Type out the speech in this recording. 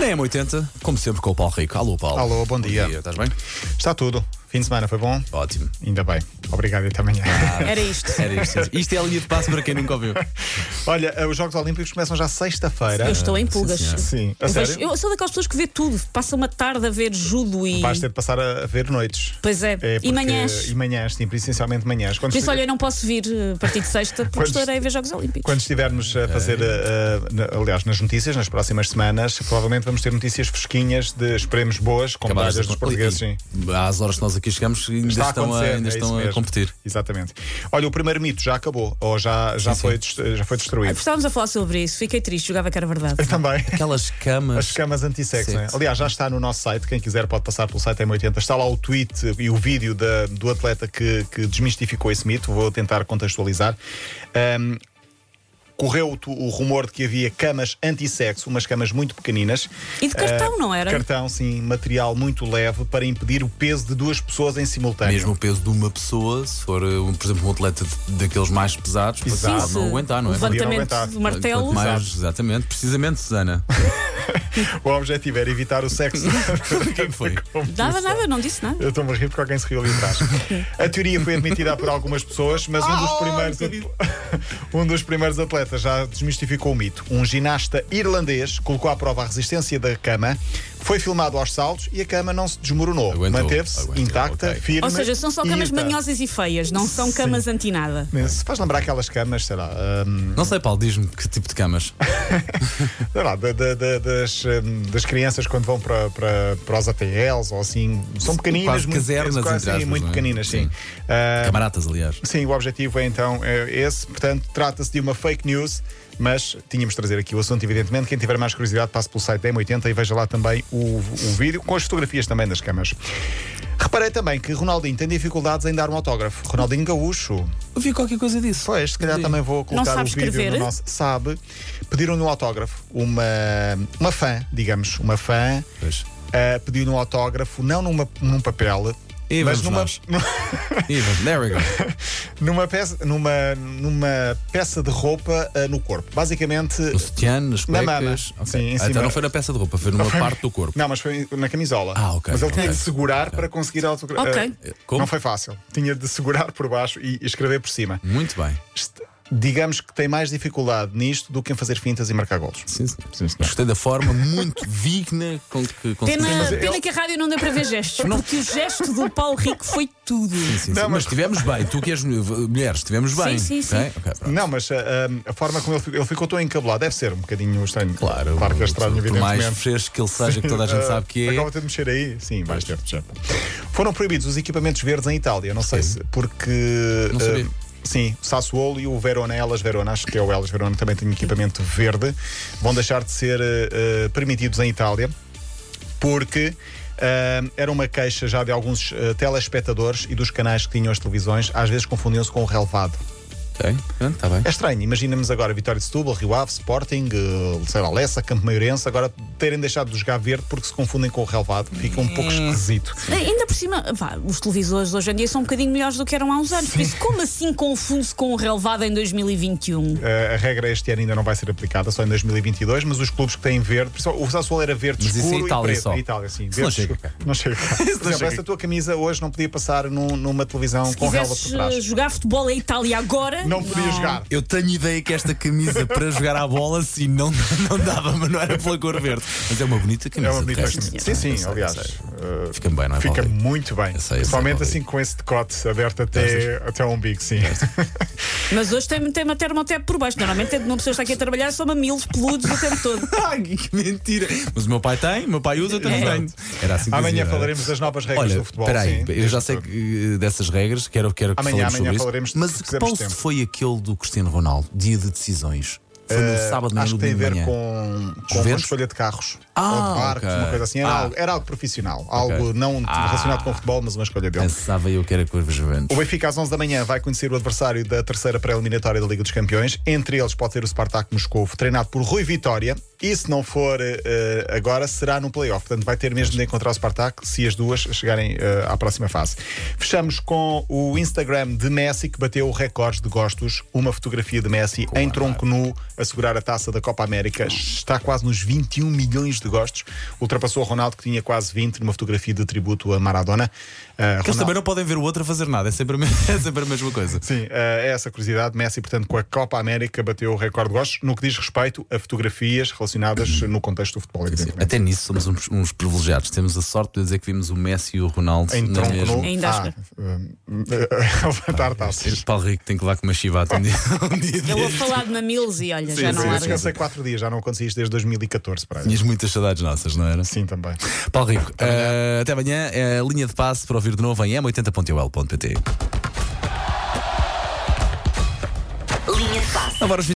Na M80, como sempre, com o Paulo Rico. Alô, Paulo. Alô, bom dia. Estás bem? Está tudo. Fim de semana foi bom? Ótimo. Ainda bem. Obrigado e até amanhã. Ah. Era isto. Era isto. Isto é a linha de passo para quem nunca ouviu. Olha, eh, os Jogos Olímpicos começam já sexta-feira. Eu estou em pulgas. senhora. Sim, a Eu, vejo- sério? é, eu sou daquelas pessoas que vê tudo, passa uma tarde a ver judo e. Vais ter de passar a a ver noites. Pois é, É, e porque- manhãs. E manhãs, sim, essencialmente manhãs. Quando, Por isso, esti- olha, eu não posso vir eh, a partir de sexta porque Quando- estarei a ver Jogos Olímpicos. quando estivermos a fazer, eh, eh, na- aliás, nas notícias, nas próximas semanas, provavelmente vamos ter notícias fresquinhas de esperemos boas, com Acabadas medalhas de- dos portugueses. Sim. E- Às horas que nós aqui chegamos, ainda Está a estão, a, acontecer, ainda é isso estão a mesmo. competir. Exatamente. Olha, o primeiro mito já acabou, ou já, já, Sim, foi, sim. dest- já foi destruído. Estávamos a falar sobre isso, fiquei triste, jogava que era verdade. Também. Aquelas As camas. camas antissexo, Sim. né? Aliás, já está no nosso site. Quem quiser pode passar pelo site M80. Está lá o tweet e o vídeo da- do atleta que, que desmistificou esse mito. Vou tentar contextualizar. Ahm, correu o, tu- o rumor de que havia camas antissexo, umas camas muito pequeninas. E de cartão, Ah, não era? Cartão, sim, material muito leve para impedir o peso de duas pessoas em simultâneo. Mesmo o peso de uma pessoa, se for, um, por exemplo, um atleta de- daqueles mais pesados, pois Sim, pode se- não aguentar, não é? Podia não Levantamento aguentar. de martelo. Quanto mais, exatamente, precisamente, Susana. O objetivo era evitar o sexo. O que é que foi? Nada, nada, não disse nada. Eu estou-me a rir porque alguém se riu ali atrás. A teoria foi admitida por algumas pessoas, mas um Ah, dos primeiros, um dos primeiros atletas já desmistificou o mito. Um ginasta irlandês colocou à prova a resistência da cama, foi filmado aos saltos e a cama não se desmoronou. Aguentou, Manteve-se aguentou, intacta, ok. firme. Ou seja, são só e camas intacta. manhosas e feias, não são Sim. camas anti-nada. Se faz lembrar aquelas camas, sei lá, hum, Não sei, Paulo, diz-me que tipo de camas. sei lá, da- da- da- das, hum, das crianças quando vão para, para, para os ATLs ou assim, são pequeninas, Quase muito, casernas, quase, entre aspas, muito não é? pequeninas, sim. Sim. Ah, Camaratas, aliás. Sim, o objetivo é então é esse. Portanto, trata-se de uma fake news, mas tínhamos de trazer aqui o assunto, evidentemente. Quem tiver mais curiosidade, passe pelo site da M80 e veja lá também o, o vídeo, com as fotografias também das câmaras. Reparei também que Ronaldinho tem dificuldades em dar um autógrafo. Ronaldinho Gaúcho. Eu vi qualquer coisa disso. Pois, se calhar Sim. também vou colocar sabe o vídeo escrever? no nosso. Sabe. Pediram-lhe um autógrafo. Uma, uma fã, digamos, uma fã. Pois. ah, pediu-lhe um autógrafo, não numa, num papel, E mas vamos numa, nós. Even, there we go. numa peça, numa, numa peça de roupa ah, no corpo. Basicamente. No sutiã, nas Na mama. cuecas. Ok. Sim, em Ah, cima. Então não foi na peça de roupa, foi numa parte do corpo. Não, mas foi na camisola. Ah, ok, Mas ele ok. Eh, tinha de segurar para conseguir autografar. Ok. Como? Não foi fácil. Tinha de segurar por baixo e escrever por cima. Muito bem. Este- digamos que tem mais dificuldade nisto do que em fazer fintas e marcar golos. Sim, sim. Gostei da forma muito digna com que Pena, conseguimos. fazer. pena que a rádio não deu para ver gestos, porque o gesto do Paulo Rico foi tudo. Sim, sim, Não, sim. mas- Mas estivemos bem, tu que és mu- mulher, estivemos bem. Sim, sim, sim. ok? Ok, pronto. Não, mas ah, ah, a forma como ele ficou, ele ficou tão encabulado deve ser um bocadinho estranho. Claro, claro que é por- estranho, por evidentemente. mais fresco que ele seja, que toda a gente Ah, sabe que Acaba é. de mexer aí? Sim, vais ter de mexer. Foram proibidos os equipamentos verdes em Itália, não sei se. Porque. Não sabia. ah, Sim, o Sassuolo e o Verona, Elas Verona, acho que é o Elas Verona, também tem equipamento verde, vão deixar de ser ah, ah, permitidos em Itália, porque ah, era uma queixa já de alguns ah, telespectadores e dos canais que tinham as televisões, às vezes confundiam-se com o relevado. Ok, pronto, está bem. É estranho, imaginamos agora Vitória de Setúbal, Rio Ave, Sporting, eh, sei lá, Lessa, Campo Maiorense, agora terem deixado de jogar verde porque se confundem com o relevado, fica um pouco Hum. esquisito. Eh, Ainda por cima, vá, os televisores hoje em dia são um bocadinho melhores do que eram há uns anos. Por isso, como assim confunde-se com o relevado em 2021? Eh, a regra este ano ainda não vai ser aplicada, só em 2022, mas os clubes que têm verde, por isso, o Sassuolo era verde Mas isso é escuro Itália e preto. só. É Itália, sim. Isso não verde chega escuro. cá. Não chega cá. Por não exemplo, chega essa tua camisa hoje não podia passar num- numa televisão Se com relva por quisesses eh, trás. jogar futebol em Itália agora. Não podia jogar. Eu tenho ideia que esta camisa para jogar à bola, sim, não, não dava, mas não era pela cor verde. Mas é uma bonita É camisa. uma de bonita resto. camisa. Sim, sim, Eu sei, eu aliás. sei. eh, Fica bem, não é? Fica Paulo? muito bem. Eu sei, eu sei, Principalmente Paulo. assim com esse decote aberto é até, até ao umbigo, sim. Mas hoje tem, tem uma termotep por baixo. Normalmente uma pessoa está aqui a trabalhar só mamilos peludos o tempo todo. Ai, que mentira! Mas o meu pai tem, o meu pai usa, eu também É. tenho. Era assim que dizia, Amanhã não era? falaremos das novas regras Olha, do futebol. peraí, sim. eu já sei que, eh, dessas regras, quero, quero que Amanhã, falemos amanhã sobre isso. falaremos, se Mas que quisermos post tempo. foi aquele do Cristiano Ronaldo, dia de decisões? Foi no Eh, sábado, não é Acho no que tem a domingo de ver manhã. com, com uma ventos? escolha de carros Ah, ou de barcos, ok. uma coisa assim. Era, Ah. algo, era algo profissional, algo não relacionado com futebol, mas uma escolha dele. Pensava eu que era com os O Juventus. Benfica às 11 da manhã vai conhecer o adversário da terceira pré-eliminatória da Liga dos Campeões. Entre eles pode ser o Spartak Moscovo, treinado por Rui Vitória. E se não for eh, agora, será no playoff. Portanto, vai ter mesmo de encontrar o Spartak se as duas chegarem eh, à próxima fase. Fechamos com o Instagram de Messi, que bateu recordes de gostos. Uma fotografia de Messi em tronco nu, a segurar a taça da Copa América. Está quase nos 21 milhões de gostos. Ultrapassou o Ronaldo, que tinha quase 20, numa fotografia de tributo a Maradona. Eh, Que eles Ronaldo- também não podem ver o outro a fazer nada, é sempre a, me- é sempre a mesma coisa. Sim, eh, é essa a curiosidade. Messi, portanto, com a Copa América bateu o recorde de gostos no que diz respeito a fotografias relacionadas no contexto do futebol, evidentemente. Até nisso somos uns, uns privilegiados. Temos a sorte de dizer que vimos o Messi e o Ronaldo Em na tronco mesma. nu. Ainda acho ah, eh, a levantar taças. Paulo Rico tem que levar com uma chivata um dia, um dia Eu vou destes. falar de mamilos e olha, já Sim, não sim, eu largo. descansei quatro dias, já não acontecia isto desde 2014, para aí. Tinhas muitas saudades nossas, não era? Sim, também. Paulo Rico, eh, até amanhã. É a linha de passe para ouvir de novo em m80.ol.pt. Linha de passe. Agora os